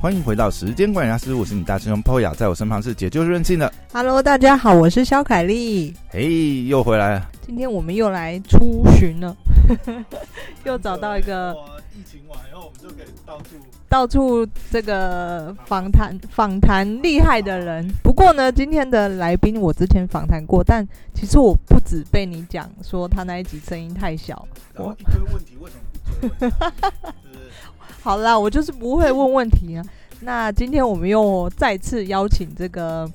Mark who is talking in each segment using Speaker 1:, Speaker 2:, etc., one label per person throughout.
Speaker 1: 欢迎回到时间管理大师，我是你大师兄 Poya，在我身旁是解救任性的，
Speaker 2: Hello，大家好，我是肖凯丽。
Speaker 1: 嘿，又回来了。
Speaker 2: 今天我们又来出巡了， 又找到一个
Speaker 3: 疫情完以后，我们就可以到处
Speaker 2: 到处这个访谈访谈厉害的人。不过呢，今天的来宾我之前访谈过，但其实我不止被你讲说他那一集声音太小。
Speaker 3: 然后一堆问题，为什么不追问下去？就是
Speaker 2: 好啦，我就是不会问问题啊。那今天我们又再次邀请这个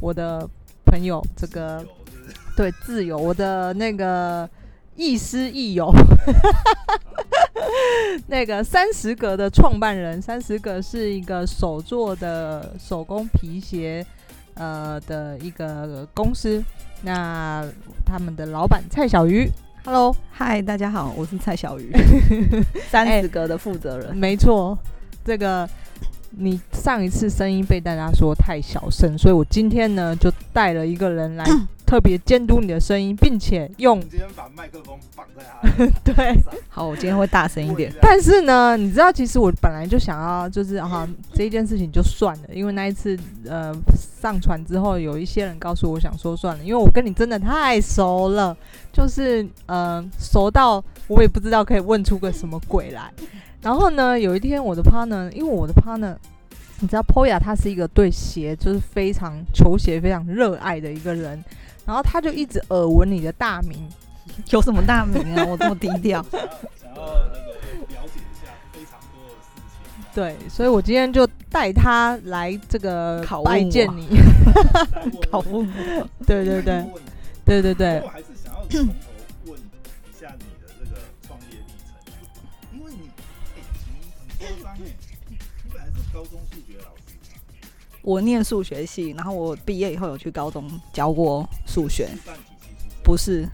Speaker 2: 我的朋友，这个
Speaker 3: 有就是
Speaker 2: 对自由，我的那个亦师亦友， 那个三十格的创办人，三十格是一个手做的手工皮鞋，呃的一个公司。那他们的老板蔡小鱼，Hello，
Speaker 4: 嗨，大家好，我是蔡小 鱼，
Speaker 2: 哎
Speaker 4: 三十格的负责人。
Speaker 2: 没错，这个你上一次声音被大家说太小声，所以我今天呢就带了一个人来特别监督你的声音，并且用
Speaker 3: 你今天把麦克风绑在他的
Speaker 2: 对
Speaker 4: 好，我今天会大声一点。。
Speaker 2: 但是呢，你知道，其实我本来就想要，就是啊，这一件事情就算了，因为那一次呃上传之后，有一些人告诉我想说算了，因为我跟你真的太熟了，就是呃熟到我也不知道可以问出个什么鬼来。然后呢，有一天我的 partner，因为我的 partner。你知道 Poya 他是一个对鞋就是非常球鞋非常热爱的一个人，然后他就一直耳闻你的大名，
Speaker 4: 有什么大名啊？我这么低调
Speaker 3: 我。想要想要那个了解一下非常多的事情，
Speaker 2: 对，所以我今天就带他来这个
Speaker 4: 拷问
Speaker 2: 拜
Speaker 4: 我
Speaker 2: 见你。
Speaker 3: 来问
Speaker 4: 好问我，
Speaker 2: 对对对
Speaker 3: 问你
Speaker 2: 对对对
Speaker 3: 我，还是想要从头问一下你的这个创业历程，因为你，哎你很夸张哎，你本来是高中数学老师嘛，
Speaker 4: 我念数学系，然后我毕业以后有去高中教过数学，
Speaker 3: 师范体系出身，
Speaker 4: 不是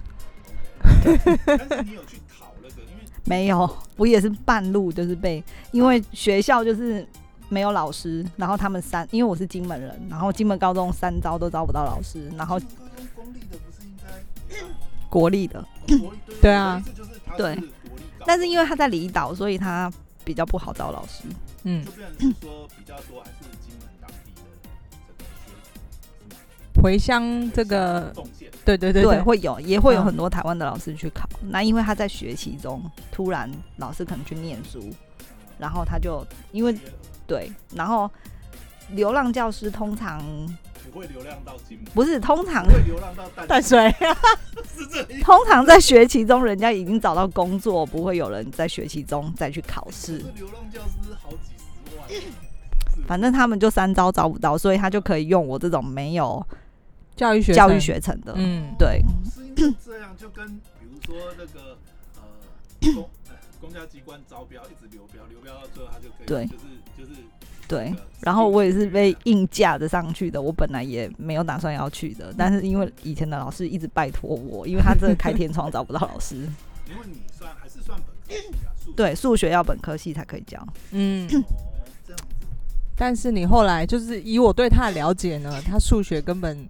Speaker 3: 但是你有去考那个，因为
Speaker 4: 没有，我也是半路就是被，因为学校就是没有老师，然后他们三，因为我是金门人，然后金门高中三招都招不到老师，然后
Speaker 3: 高中公立的不是应该
Speaker 4: 国立的，
Speaker 3: 国立
Speaker 2: 对啊，
Speaker 3: 这就是它
Speaker 4: 对
Speaker 3: 是国立高中，
Speaker 4: 但是因为他在离岛，所以他比较不好招老师。
Speaker 2: 嗯
Speaker 3: 就，变成是说比较多还是金门当地的这个学
Speaker 2: 回乡这个，
Speaker 3: 贡献，
Speaker 2: 对对对
Speaker 4: 对
Speaker 2: 对，
Speaker 4: 会有，也会有
Speaker 2: 嗯
Speaker 4: 很多台湾的老师去考。那因为他在学期中，突然老师可能去念书，然后他就因为对，然后流浪教师通常
Speaker 3: 不会流浪到金门，
Speaker 4: 不是通常
Speaker 3: 不会流浪到淡
Speaker 2: 淡水，
Speaker 3: 是这里。
Speaker 4: 通常在学期中，人家已经找到工作，不会有人在学期中再去考试
Speaker 3: 是。流浪教师好几十万，
Speaker 4: 反正他们就三招找不到，所以他就可以用我这种没有
Speaker 2: 教育学
Speaker 4: 教育
Speaker 2: 生，
Speaker 4: 学成的。
Speaker 2: 嗯，
Speaker 4: 对，
Speaker 3: 是因为这样就跟比如说那个呃公 呃公家机关招标一直流标，流标到最后他就可以
Speaker 4: 对
Speaker 3: 就是就是
Speaker 4: 对。然后我也是被硬架着上去的，我本来也没有打算要去的，但是因为以前的老师一直拜托我，因为他真的开天窗找不到老师，
Speaker 3: 因为你算还是算本科系啊，数学
Speaker 4: 对，数学要本科系才可以教。
Speaker 2: 嗯。
Speaker 3: 哦这样子，
Speaker 2: 但是你后来就是以我对他的了解呢，他数学根本，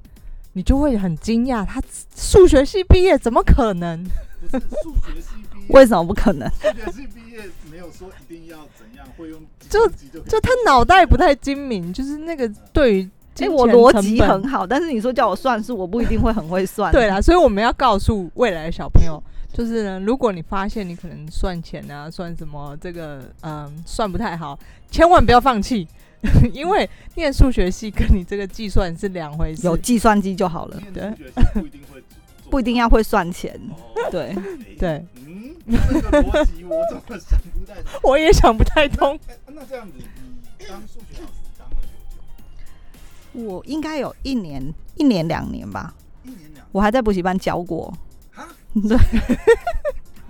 Speaker 2: 你就会很惊讶，他数学系毕业怎么可 能？
Speaker 3: 不是数学系毕业，
Speaker 4: 为什么不可能？
Speaker 3: 数学系毕业没有说一定要怎样，会用计
Speaker 2: 就
Speaker 3: 算机就可以
Speaker 2: 就他脑袋不太精明，就是那个对于
Speaker 4: 哎、
Speaker 2: 金
Speaker 4: 我
Speaker 2: 钱
Speaker 4: 逻
Speaker 2: 成
Speaker 4: 辑
Speaker 2: 本
Speaker 4: 很好，但是你说叫我算数，我不一定会很会 算。
Speaker 2: 对啦，所以我们要告诉未来的小朋友，就是呢，如果你发现你可能算钱啊，算什么这个，嗯，算不太好，千万不要放弃， 因为念数学系跟你这个计算是两回事。
Speaker 4: 有计算机就好了，
Speaker 3: 念
Speaker 2: 对
Speaker 3: 数学系不一定会做，
Speaker 4: 不一定要会算钱。
Speaker 3: 哦。
Speaker 4: 对，
Speaker 3: 哎
Speaker 2: 对，
Speaker 3: 嗯，这个逻辑我怎么想不太通？
Speaker 2: 我也想不太通。
Speaker 3: 那哎那这样子，你当数学老师当了多久？
Speaker 4: 我应该有一年、一年两年吧，
Speaker 3: 一年两年？
Speaker 4: 我还在补习班教过。
Speaker 3: 哈？
Speaker 4: 对，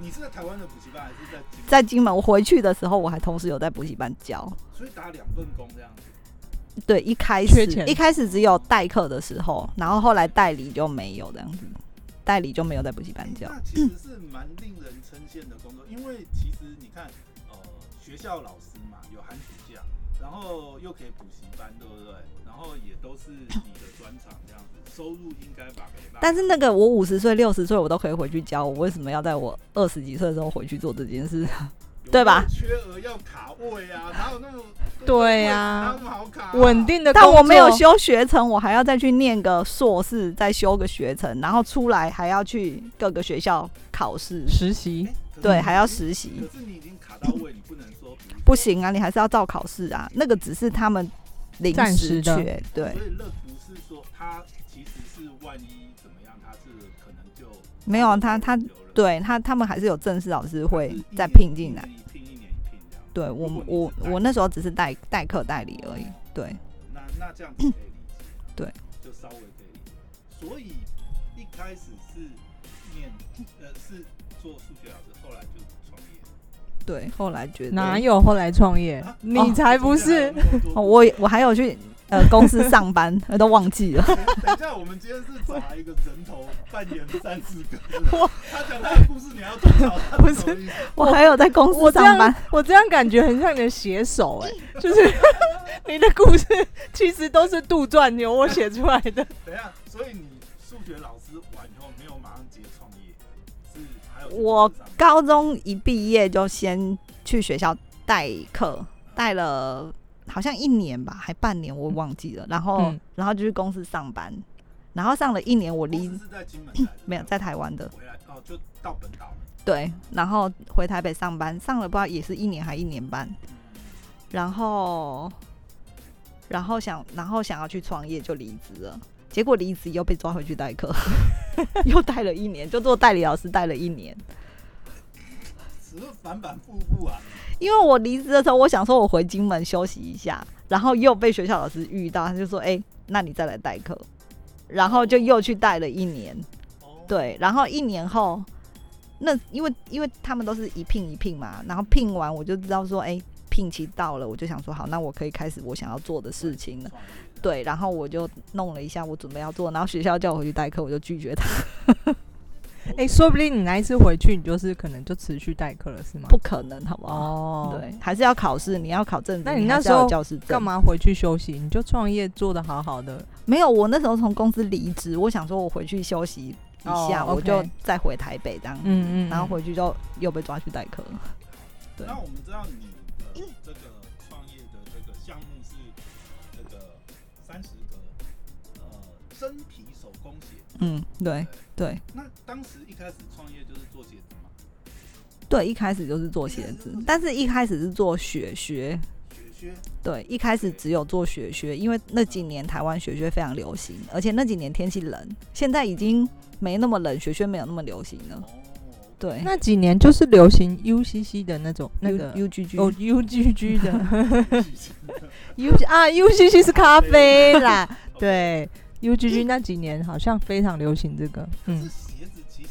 Speaker 3: 你是在台湾的补习班还是在金门？
Speaker 4: 在金门，我回去的时候，我还同时有在补习班教。
Speaker 3: 所以打两份工这样子。
Speaker 4: 对，一开
Speaker 2: 缺
Speaker 4: 始
Speaker 2: 钱
Speaker 4: 一开始只有代课的时候，然后后来代理就没有这样子，代理就没有在补习班教。
Speaker 3: 那其实是蛮令人称羡的工作，因为其实你看，呃，学校老师嘛，有寒暑假，然后又可以补习班，对不对？然后也都是你的专长这样子，收入应该吧没办法。
Speaker 4: 但是那个我 五十岁、六十岁我都可以回去教，我为什么要在我二十几岁的时候回去做这件事？对吧？
Speaker 3: 缺额要卡位啊，哪有那 种
Speaker 2: 对
Speaker 3: 呀，哪
Speaker 2: 呀
Speaker 3: 有那么好卡啊？
Speaker 2: 稳定的工
Speaker 4: 但
Speaker 2: 作，
Speaker 4: 我没有修学成，我还要再去念个硕士，再修个学成，然后出来还要去各个学校考试，
Speaker 2: 实习
Speaker 3: 哎，可是
Speaker 4: 对，
Speaker 2: 嗯
Speaker 3: 你
Speaker 4: 还要实习
Speaker 3: 可。是你已经卡到位，你不能说比如说
Speaker 4: 不行啊，你还是要照考试啊。那个只是他们临
Speaker 2: 暂
Speaker 4: 时
Speaker 2: 时的
Speaker 4: 缺，对，
Speaker 3: 所以乐福是说他其实是万一怎么样，他是可能就
Speaker 4: 没有啊他他
Speaker 3: 有了
Speaker 4: 对他他们还是有正式老师
Speaker 3: 他
Speaker 4: 会
Speaker 3: 是
Speaker 4: 再
Speaker 3: 一年
Speaker 4: 聘进来。
Speaker 3: 一年一聘一年一聘这样。
Speaker 4: 对我
Speaker 3: 如果你
Speaker 4: 我
Speaker 3: 是代
Speaker 4: 我那时候只是代代课代理而已，对，，
Speaker 3: 那那这样子可以理解
Speaker 4: 对，
Speaker 3: 就稍微可以理解。所以一开始是念呃是做数学老师，后来就创业。
Speaker 4: 对。后来觉得
Speaker 2: 哪有后来创业
Speaker 3: 啊？
Speaker 2: 你才不是，
Speaker 3: 中间还有那么
Speaker 4: 哦
Speaker 3: 多
Speaker 4: 我我还有去呃公司上班， 我都忘记了。
Speaker 3: 等一下，我们今天是找来一个人头扮演三四 个，他讲他的故事，你要吐槽他
Speaker 2: 不是
Speaker 3: 什么意思？
Speaker 4: 我还有在公
Speaker 2: 我
Speaker 4: 司
Speaker 2: 这
Speaker 4: 上班
Speaker 2: 样， 我这样感觉很像你的写手哎、就是 你的故事其实都是杜撰由我写出来的。
Speaker 3: 等一下，所以你数学老师完以后没有马上接创业，是还有
Speaker 4: 我
Speaker 3: 去公司上班
Speaker 4: 高中一毕业就先去学校代课，代了好像一年吧，还半年我忘记了。然后、
Speaker 2: 嗯
Speaker 4: 然后就去公司上班，然后上了一年，我离
Speaker 3: 公司是在金门还是
Speaker 4: 没有在台湾的，
Speaker 3: 回来哦，就到本岛了。
Speaker 4: 对，然后回台北上班，上了不知道也是一年还一年半，然后然后想然后想要去创业就离职了，结果离职又被抓回去代课， 又待了一年，就做代理老师待了一年。
Speaker 3: 只是反反复复啊，
Speaker 4: 因为我离职的时候，我想说我回金门休息一下，然后又被学校老师遇到，他就说：“哎、那你再来代课。”然后就又去带了一年，
Speaker 3: 哦，
Speaker 4: 对，然后一年后，那因为因为他们都是一聘一聘嘛，然后聘完我就知道说，哎、聘期到了，我就想说好，那我可以开始我想要做的事情
Speaker 2: 哦
Speaker 4: 了。
Speaker 3: 创业的
Speaker 4: 对，然后我就弄了一下我准备要做，然后学校叫我回去代课，我就拒绝他，
Speaker 2: 哎、说不定你那一次回去，你就是可能就持续代课了，是吗？
Speaker 4: 不可能，好不好？
Speaker 2: 哦，
Speaker 4: 对，，还是要考试，你要考证，
Speaker 2: 那
Speaker 4: 你
Speaker 2: 你那
Speaker 4: 还是要有
Speaker 2: 时候
Speaker 4: 教师证
Speaker 2: 干嘛回去休息？你就创业做得好好的，
Speaker 4: 没有，我那时候从公司离职，我想说我回去休息一下，
Speaker 2: 哦，OK
Speaker 4: 我就再回台北这样。
Speaker 2: 嗯嗯，
Speaker 4: 然后回去就又被抓去代 课。对
Speaker 3: 那我们知道你的这个创业的这个项目是呃这个三十个呃真皮手工鞋，
Speaker 4: 嗯，对
Speaker 3: 不
Speaker 4: 对
Speaker 3: 那当时一开始创业就是做鞋子嘛，
Speaker 4: 对，一开始就是做鞋子，但是一开始是做雪靴。
Speaker 3: 雪靴，
Speaker 4: 对，一开始只有做雪靴，因为那几年台湾雪靴非常流行，而且那几年天气冷，现在已经没那么冷，雪靴没有那么流行了。
Speaker 3: 哦，
Speaker 4: 对，
Speaker 2: 那几年就是流行 UCC 的那种那个
Speaker 4: U G G
Speaker 2: 哦 UGG 的
Speaker 3: 对，
Speaker 2: U 啊 UCC 是咖啡啦， 对 UGG 那几年好像非常流行这个，
Speaker 3: 可
Speaker 2: 嗯
Speaker 3: 是，鞋子其实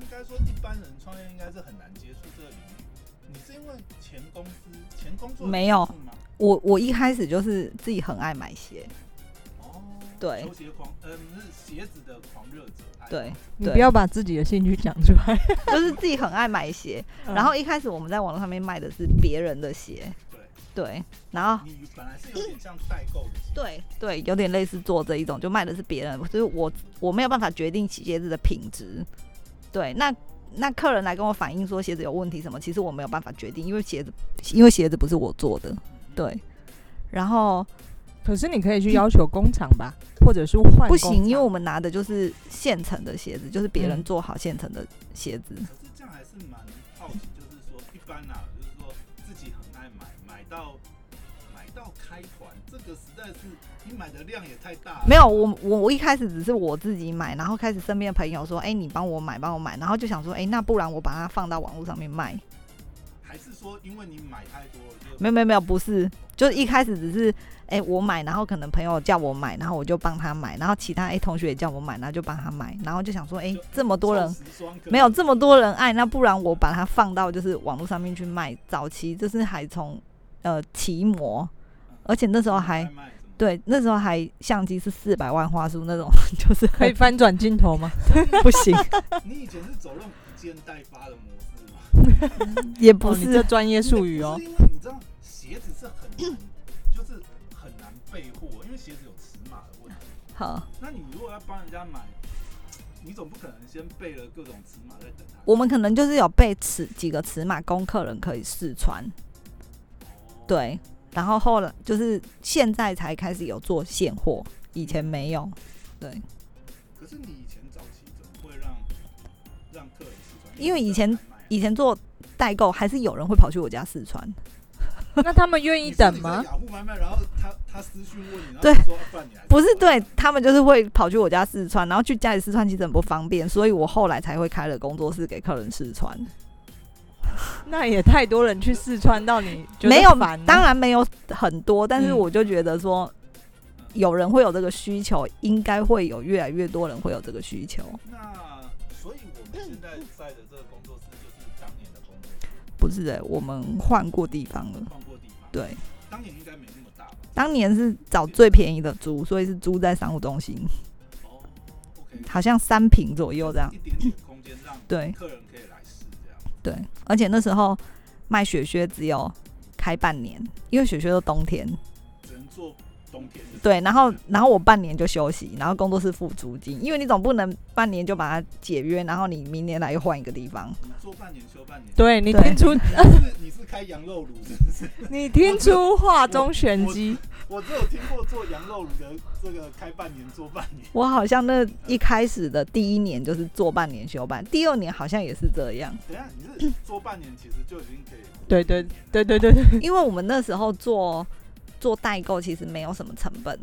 Speaker 3: 应该说一般人创业应该是很难接触这个领域。你是因为前公司前工作的
Speaker 4: 没有
Speaker 3: 关系吗？
Speaker 4: 我我一开始就是自己很爱买鞋，
Speaker 3: 哦，
Speaker 4: 对
Speaker 3: 球鞋狂，嗯、是鞋子的狂热者。爱好
Speaker 4: 对，
Speaker 2: 你不
Speaker 4: 对
Speaker 2: 要把自己的兴趣讲出来。
Speaker 4: 就是自己很爱买鞋。
Speaker 2: 嗯
Speaker 4: 然后一开始我们在网络上面卖的是别人的鞋，
Speaker 3: 对，
Speaker 4: 对，然后
Speaker 3: 你本来是有点像代购的鞋，
Speaker 4: 对对，有点类似做这一种，就卖的是别人，就是我我没有办法决定鞋子的品质，对，那那客人来跟我反映说鞋子有问题什么，其实我没有办法决定，因为鞋子因为鞋子不是我做的，
Speaker 3: 嗯，
Speaker 4: 对，然后
Speaker 2: 可是你可以去要求工厂吧，或者是换
Speaker 4: 不
Speaker 2: 工
Speaker 4: 行，
Speaker 2: 厂
Speaker 4: 因为我们拿的就是现成的鞋子，就是别人做好现成的鞋子，
Speaker 3: 可是这样还是蛮好奇，就是说一般啊，就是说自己很爱买，买到买到开团，这个实在是你买的量也太大了。
Speaker 4: 没有，我我我一开始只是我自己买，然后开始身边的朋友说，哎、你帮我买，帮我买，然后就想说，哎、那不然我把它放到网络上面卖。
Speaker 3: 还是说因为你买太多了就
Speaker 4: 没有没有没有，不是，就是一开始只是，哎、我买，然后可能朋友叫我买，然后我就帮他买，然后其他哎、同学也叫我买，然后就帮他买，然后就想说，哎、
Speaker 3: 就
Speaker 4: 这么多人
Speaker 3: 凑十双可能
Speaker 4: 没有这么多人爱，那不然我把它放到就是网络上面去卖。早期就是还从呃骑模，而且那时候还
Speaker 3: 拍卖什么
Speaker 4: 对，那时候还相机是四百万画素那种， 就是
Speaker 2: 可以
Speaker 4: 很
Speaker 2: 翻转镜头吗？
Speaker 4: 不行，
Speaker 3: 你以前是走那种一件代发的模式吗？
Speaker 4: 也不
Speaker 2: 哦你
Speaker 4: 是
Speaker 2: 这专业术语哦
Speaker 3: 不。是因为你知道鞋子是很难，就是很难备货，因为鞋子有尺码的问题。
Speaker 4: 好，
Speaker 3: 那你如果要帮人家买你总不可能先背了各种尺码在等他。
Speaker 4: 我们可能就是有被尺几个尺码供客人可以试穿，
Speaker 3: 哦，
Speaker 4: 对，然后后来就是现在才开始有做现货，以前没有，对，
Speaker 3: 可是你以前早期怎么会让让客人试穿？
Speaker 4: 因为以前
Speaker 3: 你是在买卖啊
Speaker 4: 以前做代购还是有人会跑去我家试穿，
Speaker 2: 那他们愿意等
Speaker 3: 你
Speaker 2: 吗
Speaker 3: 是？在雅虎买卖，然后他他私讯问你，然后
Speaker 4: 对
Speaker 3: 你说，啊不然你来
Speaker 4: 不是对他们就是会跑去我家试穿，然后去家里试穿其实很不方便，所以我后来才会开了工作室给客人试穿。
Speaker 2: 那也太多人去试穿到你觉得
Speaker 4: 没有
Speaker 2: 烦了，
Speaker 4: 当然没有很多，但是
Speaker 2: 嗯
Speaker 4: 我就觉得说，有人会有这个需求，应该会有越来越多人会有这个需求，
Speaker 3: 那所以我们现在在的这个工作室就是当年的工作室，
Speaker 4: 不是、欸？我们换过地方了，
Speaker 3: 换过地方。，
Speaker 4: 对，
Speaker 3: 当年应该没那么大吧？
Speaker 4: 当年是找最便宜的租，所以是租在商务中心，
Speaker 3: 哦，OK，
Speaker 4: 好像三平左右这样
Speaker 3: 一，点点空间让
Speaker 4: 对
Speaker 3: 客人可以来试这样。
Speaker 4: 对，而且那时候卖雪靴只有开半年，因为雪靴都冬天，
Speaker 3: 只能做冬天的。
Speaker 4: 对，然后然后我半年就休息，然后工作室付租金，因为你总不能半年就把它解约，然后你明年来又换一个地方。
Speaker 3: 你做半年休半年。
Speaker 2: 对你
Speaker 4: 对
Speaker 2: 听出
Speaker 3: 你是你是开羊肉炉是不是？
Speaker 2: 你听出话中玄机，
Speaker 3: 我只有听过做羊肉炉的这个开半年做半年。
Speaker 4: 我好像那一开始的第一年就是做半年休班，第二年好像也是这样，
Speaker 3: 等一下你是做半年，其实就已经可以。
Speaker 2: 对对对对对对，
Speaker 4: 因为我们那时候做做代购其实没有什么成本，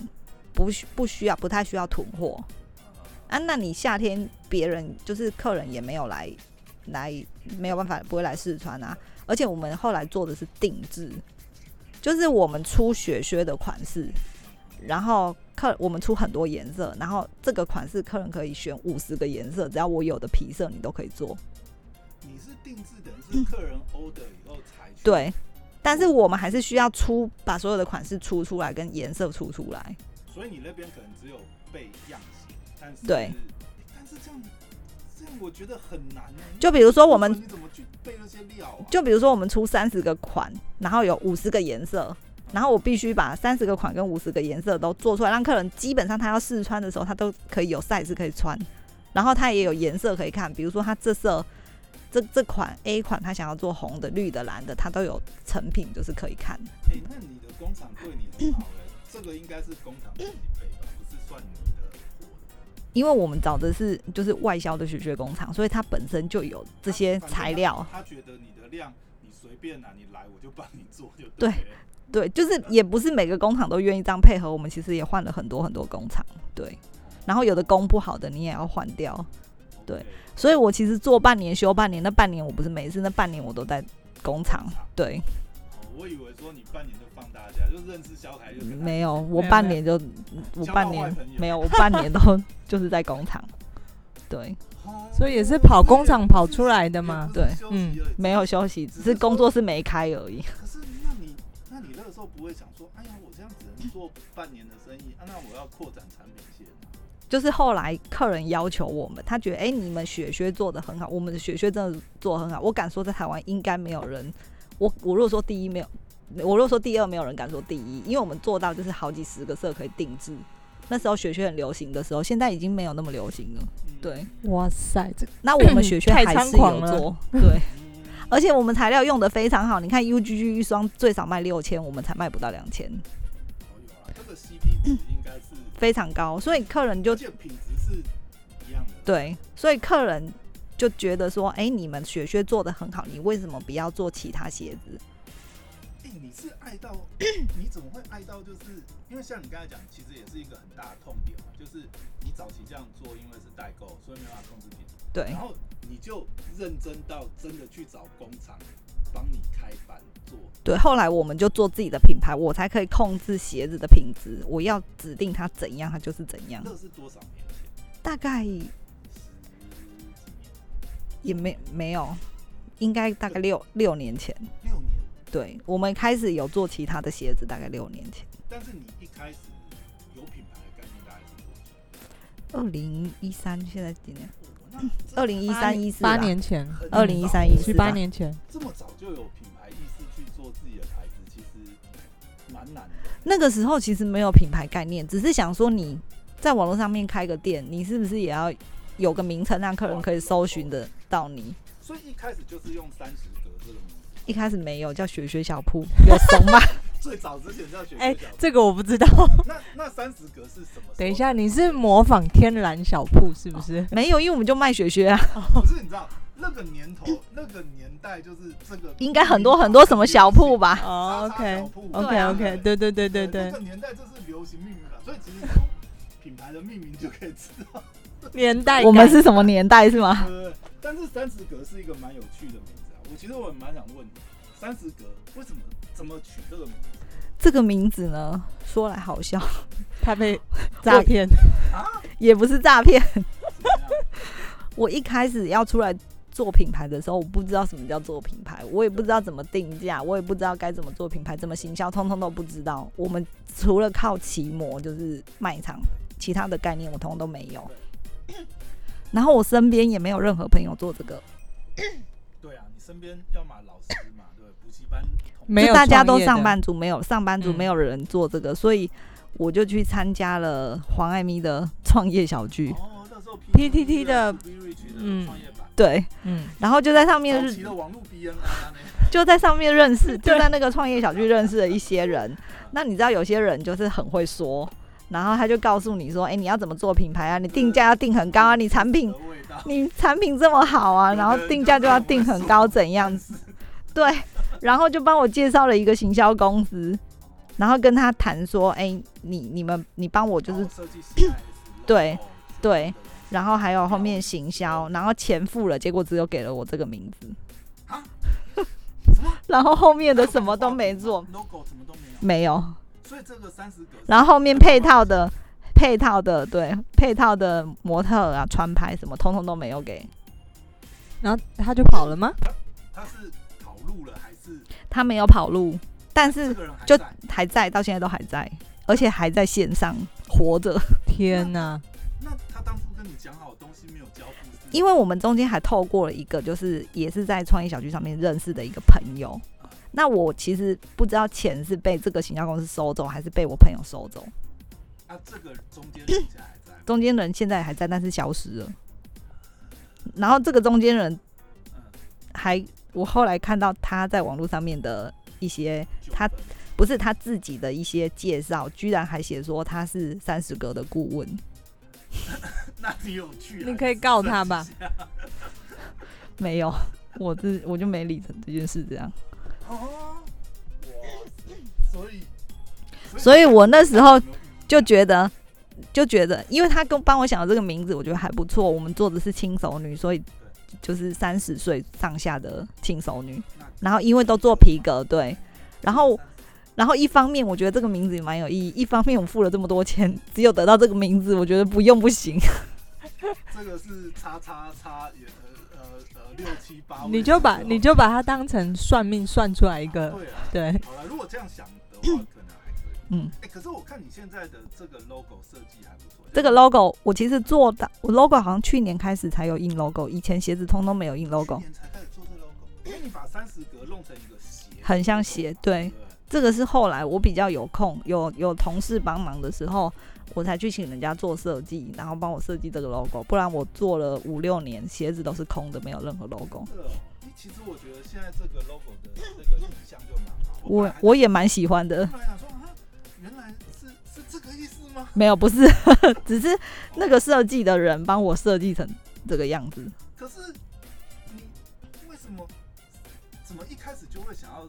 Speaker 4: 不需不需要不太需要囤货啊。那你夏天别人就是客人也没有来来，没有办法不会来试穿啊。而且我们后来做的是定制，就是我们出雪靴的款式，然后客我们出很多颜色，然后这个款式客人可以选五十个颜色，只要我有的皮色你都可以做。
Speaker 3: 你是定制，等于是客人 order 以后才去。
Speaker 4: 对，但是我们还是需要出把所有的款式出出来，跟颜色出出来。
Speaker 3: 所以你那边可能只有备样型，但是
Speaker 4: 对
Speaker 3: 诶但是这样这样我觉得很难欸、
Speaker 4: 就比如说我
Speaker 3: 不
Speaker 4: 们，
Speaker 3: 然你怎么去备那些料啊？
Speaker 4: 就比如说我们出三十个款，然后有五十个颜色，然后我必须把三十个款跟五十个颜色都做出来，让客人基本上他要试穿的时候，他都可以有 size 可以穿，然后他也有颜色可以看，比如说他这色。这这款 A 款，他想要做红的、绿的、蓝的，他都有成品，就是可以看。
Speaker 3: 哎、那你的工厂对你很好 哎、这个应该是工厂自己备吧，不是算你的货的。
Speaker 4: 因为我们找的是就是外销的雪靴工厂，所以它本身就有这些
Speaker 3: 反正
Speaker 4: 材
Speaker 3: 他
Speaker 4: 料。
Speaker 3: 他觉得你的量你随便啊，你来我就帮你做就
Speaker 4: 对
Speaker 3: 了
Speaker 4: 对，就是也不是每个工厂都愿意这样配合我们，其实也换了很多很多工厂，对。然后有的工不好的你也要换掉，对
Speaker 3: OK，
Speaker 4: 所以我其实做半年休半年，那半年我不是没事，那半年我都在工厂，对，
Speaker 3: 哦我以为说你半年就放大假，就认识小凯就跟他
Speaker 4: 没有，我
Speaker 2: 没有
Speaker 4: 半年就我
Speaker 3: 交到
Speaker 4: 半
Speaker 3: 外
Speaker 4: 年
Speaker 3: 朋友
Speaker 4: 没有，我半年都 就是在工厂，对，
Speaker 3: 哦
Speaker 2: 所以也是跑工厂跑出来的嘛嗯
Speaker 3: 也不是
Speaker 4: 对
Speaker 3: 休息而已
Speaker 4: 没有休息，只是工作室没开而已。
Speaker 3: 可是那你那你那个时候不会想说，哎呀，我这样只能做半年的生意，啊，那我要扩展产品线。
Speaker 4: 就是后来客人要求我们，他觉得哎、诶你们雪靴做的很好，我们的雪靴真的做得很好。我敢说，在台湾应该没有人，我我如果说第一没有，我如果说第二没有人敢说第一，因为我们做到就是好几十个色可以定制。那时候雪靴很流行的时候，现在已经没有那么流行了。
Speaker 3: 嗯
Speaker 4: 对，
Speaker 2: 哇塞，这
Speaker 4: 那我们雪靴
Speaker 2: 太
Speaker 4: 还是
Speaker 2: 猖狂
Speaker 4: 有
Speaker 2: 了
Speaker 4: 做，对，
Speaker 3: 嗯
Speaker 4: 而且我们材料用的非常好。你看 UGG 一双最少卖六千，我们才卖不到两千，
Speaker 3: 哦有啊，这个 CP 值应该是，
Speaker 4: 非常高，所以客人就
Speaker 3: 而且品质是一样的。
Speaker 4: 对，所以客人就觉得说，哎、你们雪靴做的很好，你为什么不要做其他鞋子？
Speaker 3: 哎、你是爱 到，你怎么会爱到？就是因为像你刚才讲，其实也是一个很大的痛点嘛，就是你早期这样做，因为是代购，所以没办法控制品质。
Speaker 4: 对
Speaker 3: 然，后你就认真到真的去找工厂帮你开班做，
Speaker 4: 对，后来我们就做自己的品牌，我才可以控制鞋子的品质，我要指定它怎样，它就是怎样。
Speaker 3: 那是多少年前？
Speaker 4: 大概
Speaker 3: 十几年？
Speaker 4: 也没没有，应该大概六六年前，
Speaker 3: 六年？
Speaker 4: 对我们开始有做其他的鞋子，大概六年前，
Speaker 3: 但是你一开始有品牌的概念大概是多久？
Speaker 4: 二零一三，现在几年？
Speaker 3: 哦那
Speaker 4: 二零一三一四
Speaker 2: 八年前，
Speaker 3: 很早
Speaker 4: 二零一三一四
Speaker 2: 十八年前，
Speaker 3: 这么早就有品牌意识去做自己的牌子，其实蛮难的。
Speaker 4: 那个时候其实没有品牌概念，只是想说你在网络上面开个店，你是不是也要有个名称让客人可以搜寻得到你。
Speaker 3: 所以一开始就是用三十格这个名字，
Speaker 4: 一开始没有叫雪雪小铺，有怂吗？
Speaker 3: 最早之前叫雪
Speaker 2: 哎
Speaker 3: 雪小
Speaker 2: 这个我不知道。
Speaker 3: 那那三十格是什么？
Speaker 2: 等一，下，你是模仿天然小铺是不是？
Speaker 4: 没有，因为我们就卖雪雪啊，
Speaker 3: 可是你知道那个年头、那个年代就是这个，
Speaker 4: 应该很多很多什么小 铺？吧？
Speaker 2: 哦
Speaker 3: 叉叉小
Speaker 2: ，OK
Speaker 3: 铺
Speaker 2: OK OK，对啊对对对
Speaker 3: 那
Speaker 2: 对
Speaker 3: 个，年代这是流行命名法，所以其实从品牌的命名就可以知道。
Speaker 2: 年代感
Speaker 4: 我们是什么年代是吗？
Speaker 3: 呃，但是三十格是一个蛮有趣的名字啊，我其实我也蛮想问你，三十格为什么怎么取这个名字？
Speaker 4: 这个名字呢，说来好笑，
Speaker 2: 他被诈骗，
Speaker 4: 也不是诈骗。
Speaker 3: 怎么样
Speaker 4: 我一开始要出来做品牌的时候，我不知道什么叫做品牌，我也不知道怎么定价，我也不知道该怎么做品牌，怎么行销，通通都不知道。我们除了靠骑模就是卖场，其他的概念我通通都没 有。然后我身边也没有任何朋友做这个，
Speaker 3: 对啊，你身边要么老师嘛，对，补习班同
Speaker 2: 没有
Speaker 4: 就大家
Speaker 2: 创
Speaker 4: 都
Speaker 2: 业的
Speaker 4: 上班族，没有上班族，
Speaker 2: 嗯
Speaker 4: 没有人做这个，所以我就去参加了黄艾咪的创业小聚。
Speaker 3: 哦，那时候
Speaker 2: PTT 的
Speaker 3: Be Rich 的
Speaker 2: 嗯
Speaker 3: 创业板，
Speaker 4: 对，
Speaker 2: 嗯，
Speaker 4: 然后就在上面
Speaker 3: 早
Speaker 4: 是
Speaker 3: 期的网络 BN 啊，
Speaker 4: 就在上面认识，
Speaker 2: 对
Speaker 4: 就在那个创业小区认识了一些人。那你知道有些人就是很会说，然后他就告诉你说：“哎、你要怎么做品牌啊？你定价要定很高啊，你产品
Speaker 3: 的味道。
Speaker 4: 你产品这么好啊，
Speaker 3: 有的人
Speaker 4: 然后定价就要定很高，怎样子？对，然后就帮我介绍了一个行销公司，然后跟他谈说：哎、你你们你帮我就是
Speaker 3: 然后设计师 IS
Speaker 4: 对
Speaker 3: logo
Speaker 4: 对
Speaker 3: 这种东西
Speaker 4: 然后还有后面行销，然后钱付了，结果只有给了我这个名字
Speaker 3: 啊，
Speaker 4: 然后后面的什么都没做，
Speaker 3: ，logo 什么都没有，
Speaker 4: 没有。
Speaker 3: 所以这个三十格，
Speaker 4: 然后后面配套的配套的对配套的模特儿啊、穿拍什么，通通都没有给。
Speaker 2: 然后他就跑了吗？
Speaker 3: 他是跑路了还是
Speaker 4: 他没有跑路，但
Speaker 3: 这
Speaker 4: 是
Speaker 3: 个人还
Speaker 4: 就
Speaker 3: 在？
Speaker 4: 还在，到现在都还在，而且还在线上活着。
Speaker 2: 天哪！
Speaker 3: 那他当初跟你讲好的东西没有交付是，
Speaker 4: 因为我们中间还透过了一个，就是也是在创业小区上面认识的一个朋友。那我其实不知道钱是被这个行销公司收走，还是被我朋友收走。
Speaker 3: 啊，这个中间人家还在，
Speaker 4: 中间人现在还在，但是消失了。然后这个中间人
Speaker 3: 嗯，
Speaker 4: 还，我后来看到他在网络上面的一些，
Speaker 3: 纠
Speaker 4: 他
Speaker 3: 纷
Speaker 4: 不是他自己的一些介绍，居然还写说他是三十格的顾问，
Speaker 3: 那你有去啊？
Speaker 2: 你可以告他吧
Speaker 3: 是不是？
Speaker 4: 没有，我这我就没理成这件事这样。
Speaker 3: 哦，哇塞，所以，
Speaker 4: 所以我那时候
Speaker 3: 没有遇到
Speaker 4: 就觉得就觉得，因为他跟帮我想的这个名字，我觉得还不错。我们做的是轻熟女，所以就是三十岁上下的轻熟女。然后因为都做皮革，对，然后然后一方面我觉得这个名字也蛮有意义，一方面我付了这么多钱，只有得到这个名字，我觉得不用不行。
Speaker 3: 这个是叉叉叉也呃呃呃六七八位数，
Speaker 2: 你就把
Speaker 3: 哦
Speaker 2: 你就把它当成算命算出来一个，
Speaker 3: 对啊，
Speaker 2: 对，
Speaker 3: 好了，如果这样想的话，可能还可以。
Speaker 4: 嗯，
Speaker 3: 哎，可是我看你现在的这个 logo 设计还不错，
Speaker 4: 这个 logo 我其实做的，我 logo 好像去年开始才有印 logo，以前鞋子通通没有印
Speaker 3: 去
Speaker 4: logo，
Speaker 3: 年才开始做这个 logo，因为你把三十格弄成一个斜，
Speaker 4: 很像鞋。对
Speaker 3: 对，不对。
Speaker 4: 这个是后来我比较有空，有有同事帮忙的时候，我才去请人家做设计，然后帮我设计这个 logo。不然我做了五六年，鞋子都是空的，没有任何 logo。
Speaker 3: 这个哦，其实我觉得现在这个 logo 的这个意象就蛮好。本
Speaker 4: 我
Speaker 3: 来还
Speaker 4: 我也蛮喜欢的，
Speaker 3: 突然想说啊，原来是是这个意思吗？
Speaker 4: 没有不是， 只是那个设计的人帮我设计成这个样子。
Speaker 3: 可是你为什么怎么一开始就会想要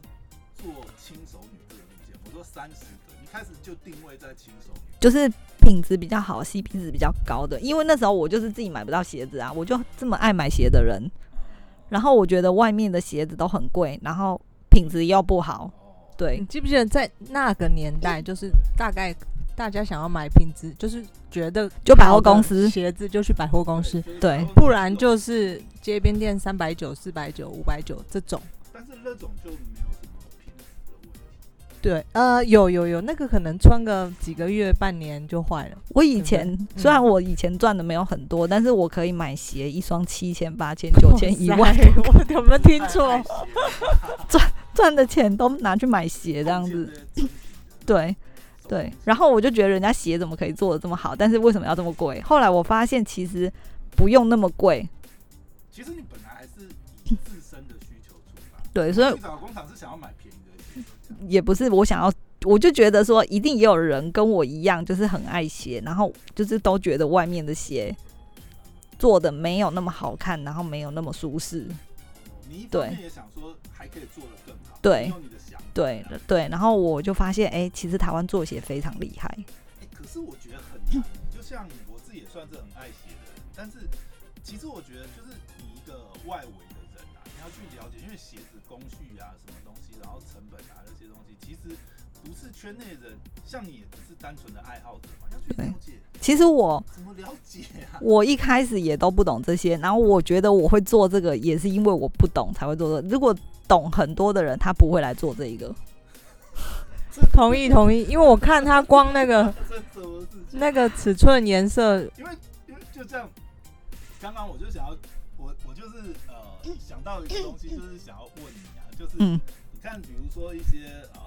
Speaker 3: 做轻熟女这个路线？我说三十个，你开始就定位在轻熟女，
Speaker 4: 就是品质比较好，CP 值比较高的。因为那时候我就是自己买不到鞋子啊，我就这么爱买鞋的人。然后我觉得外面的鞋子都很贵，然后品质又不好，
Speaker 3: 哦，
Speaker 4: 对
Speaker 2: 你，记不记得在那个年代，
Speaker 4: 嗯
Speaker 2: 就是大概大家想要买品质，就是觉得
Speaker 4: 就百货公司
Speaker 2: 鞋子就去百货公司，
Speaker 3: 就是
Speaker 4: 哦对
Speaker 3: 说
Speaker 2: 不然就是街边店三百九、四百九、五百九这种。
Speaker 3: 但是那种就没有什么品质的问题。
Speaker 2: 对，呃，有有有，那个可能穿个几个月、半年就坏了。
Speaker 4: 我以前
Speaker 2: 嗯
Speaker 4: 虽然我以前赚的没有很多，但是我可以买鞋一双七千、八千、 九千、一
Speaker 2: 哇
Speaker 4: 万，哎
Speaker 2: 塞我有没有听错
Speaker 3: 太？邪
Speaker 4: 赚的钱都拿去买
Speaker 3: 了
Speaker 4: 鞋这样
Speaker 3: 中间
Speaker 4: 子。
Speaker 3: 的真品的
Speaker 4: 对对，然后我就觉得人家鞋怎么可以做的这么好，但是为什么要这么贵？后来我发现其实不用那么贵。
Speaker 3: 其实你本来还是以自身的需求出发，
Speaker 4: 对，所以
Speaker 3: 最早工厂是想要买便宜的鞋子，这样
Speaker 4: 也不是我想要，我就觉得说，一定也有人跟我一样，就是很爱鞋，然后就是都觉得外面的鞋做的没有那么好看，然后没有那么舒适，
Speaker 3: 你一方
Speaker 4: 对
Speaker 3: 面也想说还可以做得更好，
Speaker 4: 对
Speaker 3: 你有你的想法，
Speaker 4: 对
Speaker 3: 哎、
Speaker 4: 对。然后我就发现，哎、其实台湾做鞋非常厉害，
Speaker 3: 可是我觉得很难，就像我自己也算是很爱鞋的人，但是其实我觉得就是你一个外围的人啊，你要去了解，因为鞋子工序啊，什么东西，然后成本啊这些东西，其实不是圈内人，像你也只是单纯的爱好者嘛，要去
Speaker 4: 对
Speaker 3: 了解，
Speaker 4: 其实我
Speaker 3: 怎么了解啊？
Speaker 4: 我一开始也都不懂这些，然后我觉得我会做这个，也是因为我不懂才会做这个。如果懂很多的人，他不会来做这一个。
Speaker 2: 同意同意，因为我看它光那个
Speaker 3: 这怎么事情？
Speaker 2: 那个尺寸、颜色，
Speaker 3: 因为因为就这样，刚刚我就想要，我我就是呃想到一个东西，就是想要问你啊，就是
Speaker 4: 嗯
Speaker 3: 你看，比如说一些呃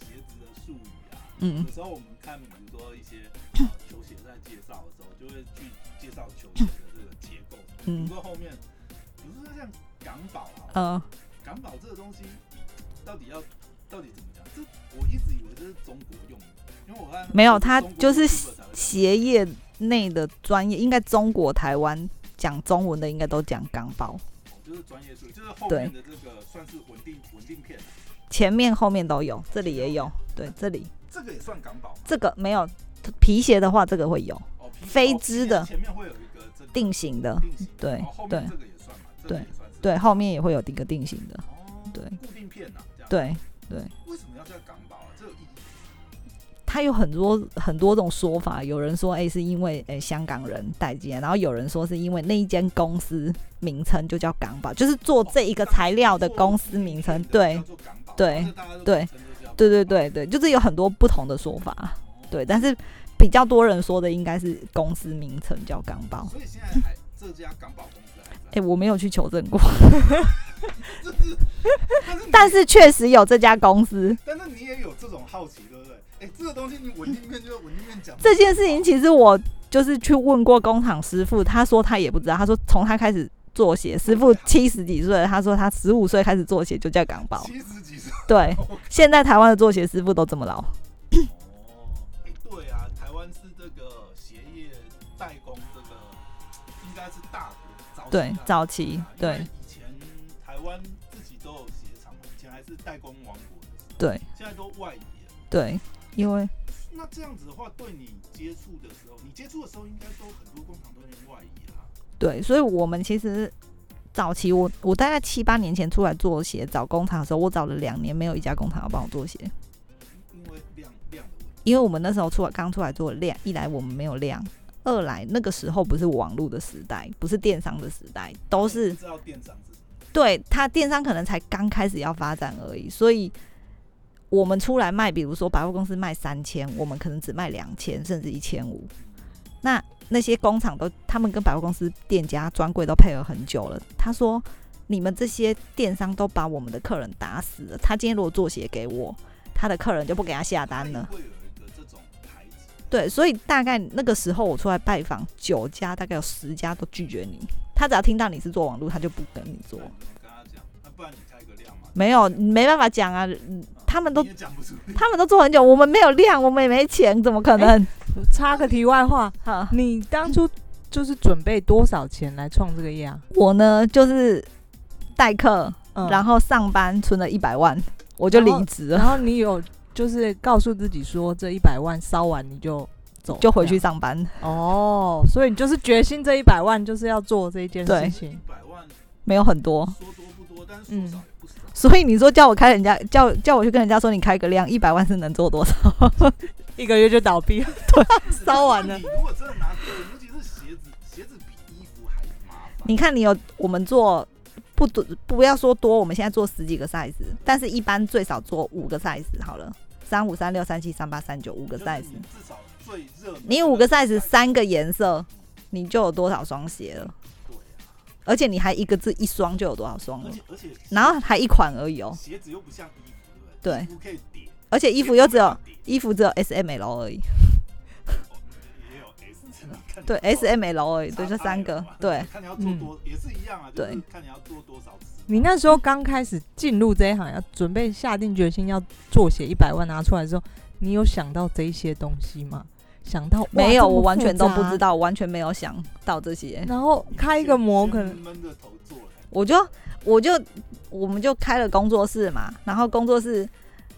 Speaker 3: 鞋子的术语啊，
Speaker 4: 嗯
Speaker 3: 有时候我们看，比如说一些呃球鞋在介绍的时候，就会去介绍球鞋的这个结构，比如
Speaker 4: 嗯
Speaker 3: 说后面，比如说像港宝啊，
Speaker 4: 呃，
Speaker 3: 港宝这个东西到底要到底怎么讲？这我一直以为这是中国用的，因为我看
Speaker 4: 没有，他
Speaker 3: 中国
Speaker 4: 就是
Speaker 3: 中国才会
Speaker 4: 鞋业内的专业，应该中国台湾讲中文的应该都讲港宝，
Speaker 3: 哦就是专业术语，就是后面的这个算是稳定稳定片，
Speaker 4: 前面后面都有，这里也有。对，这里
Speaker 3: 这个也算港宝嘛
Speaker 4: 这个没有皮鞋的话，这个会有
Speaker 3: 哦，皮
Speaker 4: 非织的
Speaker 3: 哦前面会有一个这个
Speaker 4: 定型的，
Speaker 3: 定型，哦
Speaker 4: 对
Speaker 3: 然后后面这个也算嘛，这个也算是
Speaker 4: 对，后面也会有一个定型的，
Speaker 3: 哦，
Speaker 4: 对
Speaker 3: 固定片呐，这样，
Speaker 4: 对，
Speaker 3: 为什么要叫港宝啊？这有意义
Speaker 4: 它有很多很多种说法，有人说哎、诶是因为哎、诶香港人代进来，然后有人说是因为那一间公司名称就叫港宝，就是做哦这一个材料的公司名称。
Speaker 3: 哦
Speaker 4: 对，
Speaker 3: 做港宝
Speaker 4: 对
Speaker 3: 这大家都
Speaker 4: 对
Speaker 3: 名称都叫
Speaker 4: 对对对对，就是有很多不同的说法。
Speaker 3: 哦
Speaker 4: 对，但是比较多人说的应该是公司名称叫港宝。
Speaker 3: 哦所以现在还这家港宝公司还在，
Speaker 4: 哎、我没有去求证过，
Speaker 3: 这是但是你
Speaker 4: 但是确实有这家公司。
Speaker 3: 但是你也有这种好奇，对不对？哎，这个东西你稳定片就稳定片讲
Speaker 4: 这件事情其实我就是去问过工厂师傅，他说他也不知道，他说从他开始做鞋，师傅七十几岁了，他说他十五岁开始做鞋就叫港宝。
Speaker 3: 七十几岁。
Speaker 4: 对，现在台湾的做鞋师傅都这么老。
Speaker 3: 哦，哎，对啊，台湾是这个鞋业代工这个应该是大国，早期啊
Speaker 4: 对，早期
Speaker 3: 啊因为
Speaker 4: 对
Speaker 3: 以前台湾自己都有鞋厂嘛，以前还是代工王国的时候，
Speaker 4: 对
Speaker 3: 现在都外移了。
Speaker 4: 对，因为
Speaker 3: 那这样子的话，对你接触的时候，你接触的时候应该都很多工厂都已经外移啦。
Speaker 4: 对，所以我们其实早期我我大概七八年前出来做鞋，找工厂的时候，我找了两年，没有一家工厂要帮我做鞋，
Speaker 3: 因因为量量的问题，
Speaker 4: 因为我们那时候出来刚出来做量，一来我们没有量。二来那个时候不是网络的时代，不是电商的时代，都是
Speaker 3: 不知道电商是什么
Speaker 4: 对它电商可能才刚开始要发展而已，所以我们出来卖，比如说百货公司卖三千，我们可能只卖两千甚至一千五。那那些工厂都，他们跟百货公司店家、专柜都配合很久了。他说，你们这些电商都把我们的客人打死了。他今天如果做鞋给我，他的客人就不给他下单了。
Speaker 3: 会有一个这种排挤。
Speaker 4: 对，所以大概那个时候我出来拜访九家，大概有十家都拒绝你。他只要听到你是做网络，他就不跟你做
Speaker 3: 那。你怎么跟他讲？那不然你开个量嘛？
Speaker 4: 没有，没办法讲啊，嗯他们都
Speaker 3: 你也讲不出来。
Speaker 4: 他们都做很久，我们没有量，我们也没钱，怎么可
Speaker 3: 哎
Speaker 4: 能？
Speaker 2: 插个题外话，
Speaker 4: 哈、
Speaker 2: 你当初就是准备多少钱来创这个 业啊？
Speaker 4: 我呢就是代课，
Speaker 2: 嗯
Speaker 4: 然后上班存了一百万，我就离职了，
Speaker 2: 然后你有就是告诉自己说，这一百万烧完你就走，
Speaker 4: 就
Speaker 3: 哎
Speaker 4: 回去上班。
Speaker 2: 这样哦。所以你就是决心这一百万就是要做这一件
Speaker 4: 对
Speaker 2: 事
Speaker 3: 一
Speaker 2: 情。嗯
Speaker 3: 百万
Speaker 4: 没有很多，
Speaker 3: 说多不多，但
Speaker 4: 嗯
Speaker 3: 是说少也不少。
Speaker 4: 所以你说叫我开人家叫叫我去跟人家说你开个量一百万是能做多少？
Speaker 2: 一个月就倒 闭了，烧完了
Speaker 3: 你如果真的拿对，尤其是鞋子，鞋子比衣服还麻烦。
Speaker 4: 你看你有我们做不多，不要说多，我们现在做十几个 size，但是一般最少做五个 size 好了，三五三六三七三八三九五个
Speaker 3: 就是
Speaker 4: size。
Speaker 3: 你至少最热门的
Speaker 4: 你五个 size
Speaker 3: 那
Speaker 4: 三个颜色，你就有多少双鞋了？
Speaker 3: 对啊，
Speaker 4: 而且你还一个字一双就有多少双
Speaker 3: 而
Speaker 4: 了
Speaker 3: 且，而且，
Speaker 4: 哦然后还一款而已哦，
Speaker 3: 鞋子又不像衣服，对不
Speaker 4: 对
Speaker 3: 衣服可以叠，
Speaker 4: 而且衣服
Speaker 3: 鞋
Speaker 4: 又
Speaker 3: 子
Speaker 4: 只有
Speaker 3: 没办法叠
Speaker 4: 衣服只有 S M L 而已，
Speaker 3: 哦也有 S，
Speaker 4: 对 S M L 而已，对，
Speaker 3: 这
Speaker 4: 这三个，对，
Speaker 3: 啊
Speaker 4: 嗯
Speaker 3: 看你要做多也是一样啊，就是
Speaker 4: 对
Speaker 3: 看你要做多少次。
Speaker 2: 你那时候刚开始进入这一行，要准备下定决心要做写一百万拿出来之后，你有想到这些东西吗？想到哇
Speaker 4: 没有，
Speaker 2: 这么
Speaker 4: 我完全都
Speaker 2: 复
Speaker 4: 不
Speaker 2: 杂
Speaker 4: 知道，完全没有想到这些，
Speaker 2: 然后开一个模可能，
Speaker 3: 闷着头做了，
Speaker 4: 我就我就我们就开了工作室嘛，然后工作室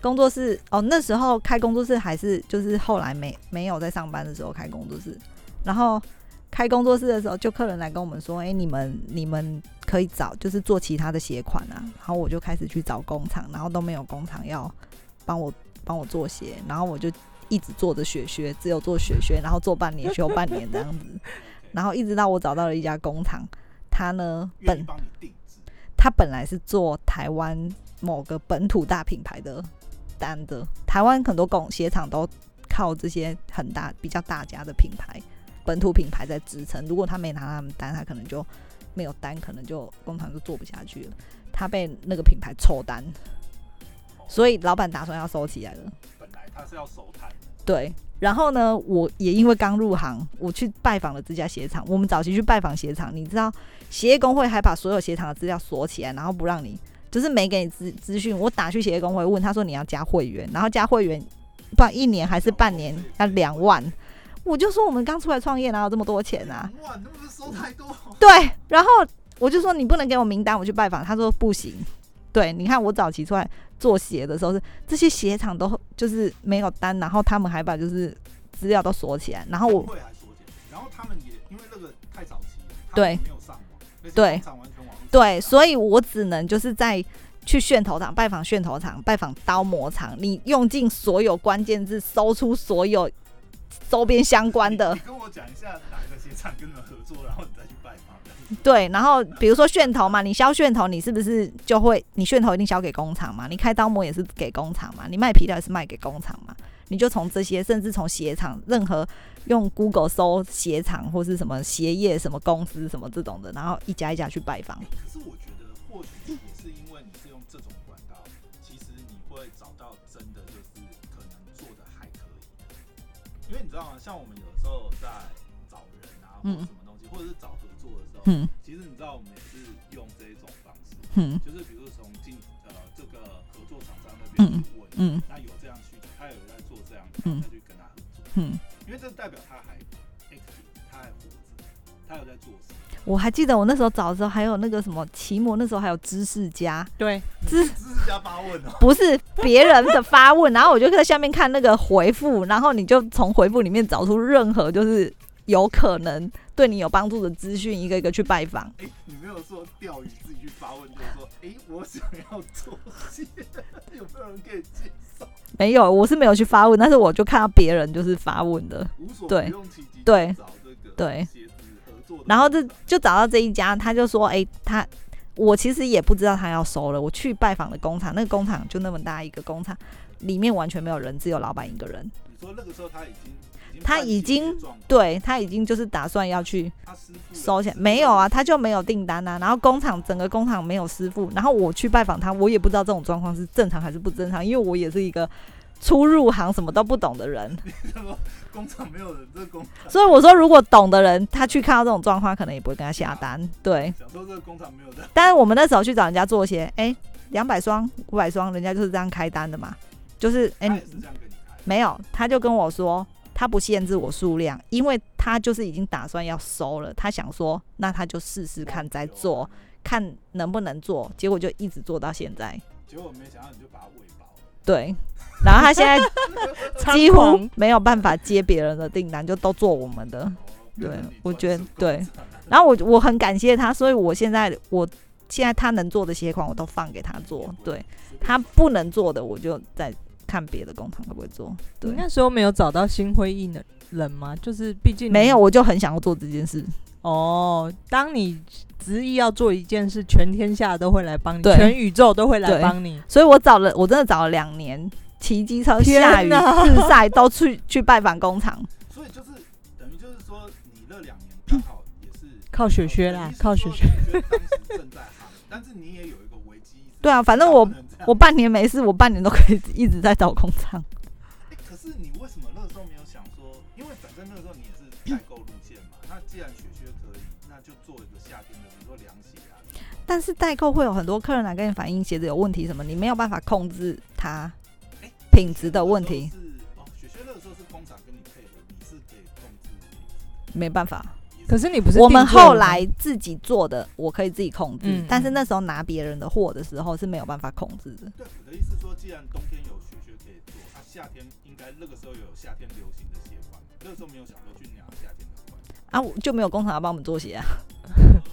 Speaker 4: 工作室哦，那时候开工作室还是就是后来没没有在上班的时候开工作室，然后开工作室的时候，就客人来跟我们说，哎、你们你们可以找就是做其他的鞋款啊，然后我就开始去找工厂，然后都没有工厂要帮我帮我做鞋，然后我就一直做着雪靴，只有做雪靴，然后做半年休半年这样子，然后一直到我找到了一家工厂，他呢
Speaker 3: 愿意
Speaker 4: 本
Speaker 3: 帮你定制。
Speaker 4: 他本来是做台湾某个本土大品牌的单的，台湾很多工鞋厂都靠这些很大比较大家的品牌本土品牌在支撑。如果他没拿他们单，他可能就没有单，可能就工厂就做不下去了。他被那个品牌抽单，所以老板打算要收起来了。
Speaker 3: 本来他是要收摊的，
Speaker 4: 对，然后呢，我也因为刚入行，我去拜访了这家鞋厂。我们早期去拜访鞋厂，你知道，鞋业工会还把所有鞋厂的资料锁起来，然后不让你，就是没给你资资讯。我打去鞋业工会问，他说你要加会员，然后加会员，不然一年还是半年要两万。我就说我们刚出来创业哪啊有这么多钱啊？
Speaker 3: 哇，那不是收太多？
Speaker 4: 对，然后我就说你不能给我名单，我去拜访。他说不行。对，你看我早期出来做鞋的时候是这些鞋厂都就是没有单，然后他们还把就是资料都锁起来，然后我
Speaker 3: 会还缩减，然后他们也因为那个太早期了，他们
Speaker 4: 对
Speaker 3: 没有上网，那些
Speaker 4: 对
Speaker 3: 工厂完全网络
Speaker 4: 对，
Speaker 3: 以
Speaker 4: 所以我只能就是在去楦头厂拜访楦头厂，拜访刀模厂，你用尽所有关键字搜出所有周边相关的
Speaker 3: 你，跟我讲一下哪个鞋厂跟你们合作，然后你再去拜访的。
Speaker 4: 对，然后比如说楦头嘛，你削楦头，你是不是就会你楦头一定削给工厂嘛？你开刀模也是给工厂嘛？你卖皮料也是卖给工厂嘛？你就从这些，甚至从鞋厂，任何用 Google 搜鞋厂或是什么鞋业、什么公司、什么这种的，然后一家一家去拜访
Speaker 3: 欸。可是我觉得，或许也是因为你是用这种管道，其实你会找到真的就是可能做的还可以的。因为你知道吗？像我们有时候在找人啊，或者
Speaker 4: 嗯
Speaker 3: 什么东西，或者是找合作的时候，
Speaker 4: 嗯
Speaker 3: 其实你知道我们也是用这一种方式，
Speaker 4: 嗯
Speaker 3: 就是比如从进呃这个合作厂商那边去问，
Speaker 4: 嗯
Speaker 3: 那有这样需求，他有在做这样，
Speaker 4: 嗯
Speaker 3: 再去跟他合作，
Speaker 4: 嗯，
Speaker 3: 因为这代表他还 active，他还活着，他有在做事。
Speaker 4: 我还记得我那时候找的时候，还有那个什么奇摩，那时候还有知识家，
Speaker 2: 对，
Speaker 4: 知
Speaker 3: 知识加八问哦。
Speaker 4: 不是别人的发问，然后我就在下面看那个回复，然后你就从回复里面找出任何就是有可能对你有帮助的资讯，一个一个去拜访。
Speaker 3: 哎、你没有说钓鱼自己去发问，就是说，哎、我想要做鞋， 有没有人可以介绍？
Speaker 4: 没有，我是没有去发问，但是我就看到别人就是发问的，
Speaker 3: 无所
Speaker 4: 对
Speaker 3: 不用其极，
Speaker 4: 对
Speaker 3: 找这个
Speaker 4: 对
Speaker 3: 鞋子合作的。啊
Speaker 4: 然后这就找到这一家，他就说：“哎、他我其实也不知道他要收了。我去拜访的工厂，那个工厂就那么大一个工厂，里面完全没有人，只有老板一个人。
Speaker 3: 你说那个时候他已经，已经
Speaker 4: 他已经
Speaker 3: 半解决状况
Speaker 4: 对他已经就是打算要去
Speaker 3: 他师傅了
Speaker 4: 收钱没 有啊，？他就没有订单啊。然后工厂整个工厂没有师傅，然后我去拜访他，我也不知道这种状况是正常还是不正常，因为我也是一个初入行什么都不懂的人，
Speaker 3: 什么工厂没有人，这个工厂
Speaker 4: 所以我说如果懂的人，他去看到这种状况，可能也不会跟他下单。对，
Speaker 3: 想说这个工厂没有人，
Speaker 4: 但是我们那时候去找人家做鞋，哎、两百双、五百双，人家就是这样开单的嘛，就是哎、
Speaker 3: 他也是这样跟你开。
Speaker 4: 没有，他就跟我说，他不限制我数量，因为他就是已经打算要收了，他想说，那他就试试
Speaker 3: 哦
Speaker 4: 看再
Speaker 3: 啊
Speaker 4: 做，看能不能做，结果就一直做到现在。
Speaker 3: 结果没想到你就把它喂饱了。
Speaker 4: 对，然后他 现在
Speaker 2: 猖
Speaker 4: 几乎
Speaker 2: 狂
Speaker 4: 没有办法接别人的订单，就都做我们的。
Speaker 3: 哦
Speaker 4: 对
Speaker 3: 变成你
Speaker 4: 我
Speaker 3: 专
Speaker 4: 觉
Speaker 3: 属
Speaker 4: 得
Speaker 3: 工
Speaker 4: 对
Speaker 3: 厂
Speaker 4: 然后我我很感谢他，所以我现在我现在他能做的鞋款我都放给他做，对他不能做的我就在看别的工厂会不会做。对
Speaker 2: 你，那时候没有找到心灰意冷冷吗？就是毕竟你
Speaker 4: 没有，我就很想要做这件事。
Speaker 2: 哦。当你执意要做一件事，全天下都会来帮你，
Speaker 4: 对
Speaker 2: 全宇宙都会来
Speaker 4: 对
Speaker 2: 帮你。
Speaker 4: 所以我找了，我真的找了两年，骑机车、
Speaker 2: 天
Speaker 4: 下雨、
Speaker 2: 哪
Speaker 4: 日晒都去去拜访工厂。
Speaker 3: 所以就是等于就是说，你那两年刚好也是
Speaker 2: 靠雪靴啦
Speaker 3: 等于是
Speaker 2: 靠
Speaker 3: 说
Speaker 2: 雪靴
Speaker 3: 哦你觉得当时正在行， 但是你也有一个危机意识。
Speaker 4: 对啊反正
Speaker 3: 不
Speaker 4: 我
Speaker 3: 能这样
Speaker 4: 我半年没事，我半年都可以一直在找工厂。
Speaker 3: 哎诶可是你为什么那个时候没有想说？因为反正那个时候你也是代购路线，啊
Speaker 4: 但是代购会有很多客人来跟你反映鞋子有问题什么，你没有办法控制它
Speaker 3: 哎
Speaker 4: 品质的问题，
Speaker 3: 是哦，雪靴那个时候是工厂跟你配合，你是可以控制
Speaker 4: 没办法。
Speaker 3: 品质。
Speaker 2: 可是你不是
Speaker 4: 我们
Speaker 2: 定做了
Speaker 4: 后
Speaker 2: 吗
Speaker 4: 来自己做的，我可以自己控制，
Speaker 2: 嗯
Speaker 4: 但是
Speaker 2: 嗯
Speaker 4: 那时候拿别人的货的时候是没有办法控制的。
Speaker 3: 对，我的意思说，既然冬天有雪靴可以做，那、夏天应该那个时候有夏天流行的鞋款，那个时候没有想说去拿夏天的款。
Speaker 4: 啊，我就没有工厂要帮我们做鞋啊，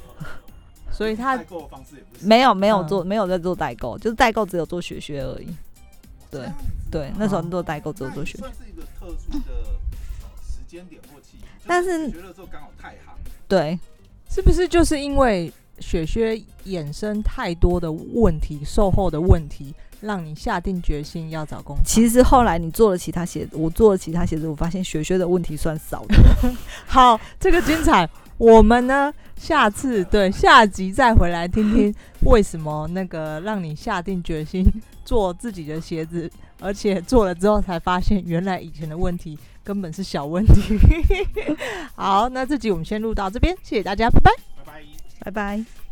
Speaker 2: 所以他
Speaker 3: 代购的方式也不是
Speaker 4: 没有没有
Speaker 2: 嗯
Speaker 4: 做、没有在做代购，就是代购只有做雪靴而已。
Speaker 3: 这
Speaker 4: 对
Speaker 3: 样子
Speaker 4: 对，那时候
Speaker 2: 哦
Speaker 4: 做代购只有
Speaker 3: 那
Speaker 4: 做
Speaker 3: 也
Speaker 4: 雪，
Speaker 3: 算是一个特殊的、呃、时间点或契机。就
Speaker 4: 但是
Speaker 3: 雪靴的时候刚好太行，
Speaker 4: 对
Speaker 2: 是不是就是因为雪靴衍生太多的问题，售后的问题，让你下定决心要找工厂？
Speaker 4: 其实后来你做了其他鞋，我做了其他鞋子，我发现雪靴的问题算少的。
Speaker 2: 好，这个精彩，我们呢下次对下集再回来听听为什么那个让你下定决心做自己的鞋子，而且做了之后才发现原来以前的问题根本是小问 题。好，那这集我们先录到这边，谢谢大家，拜拜。
Speaker 3: 拜拜。
Speaker 4: 拜拜。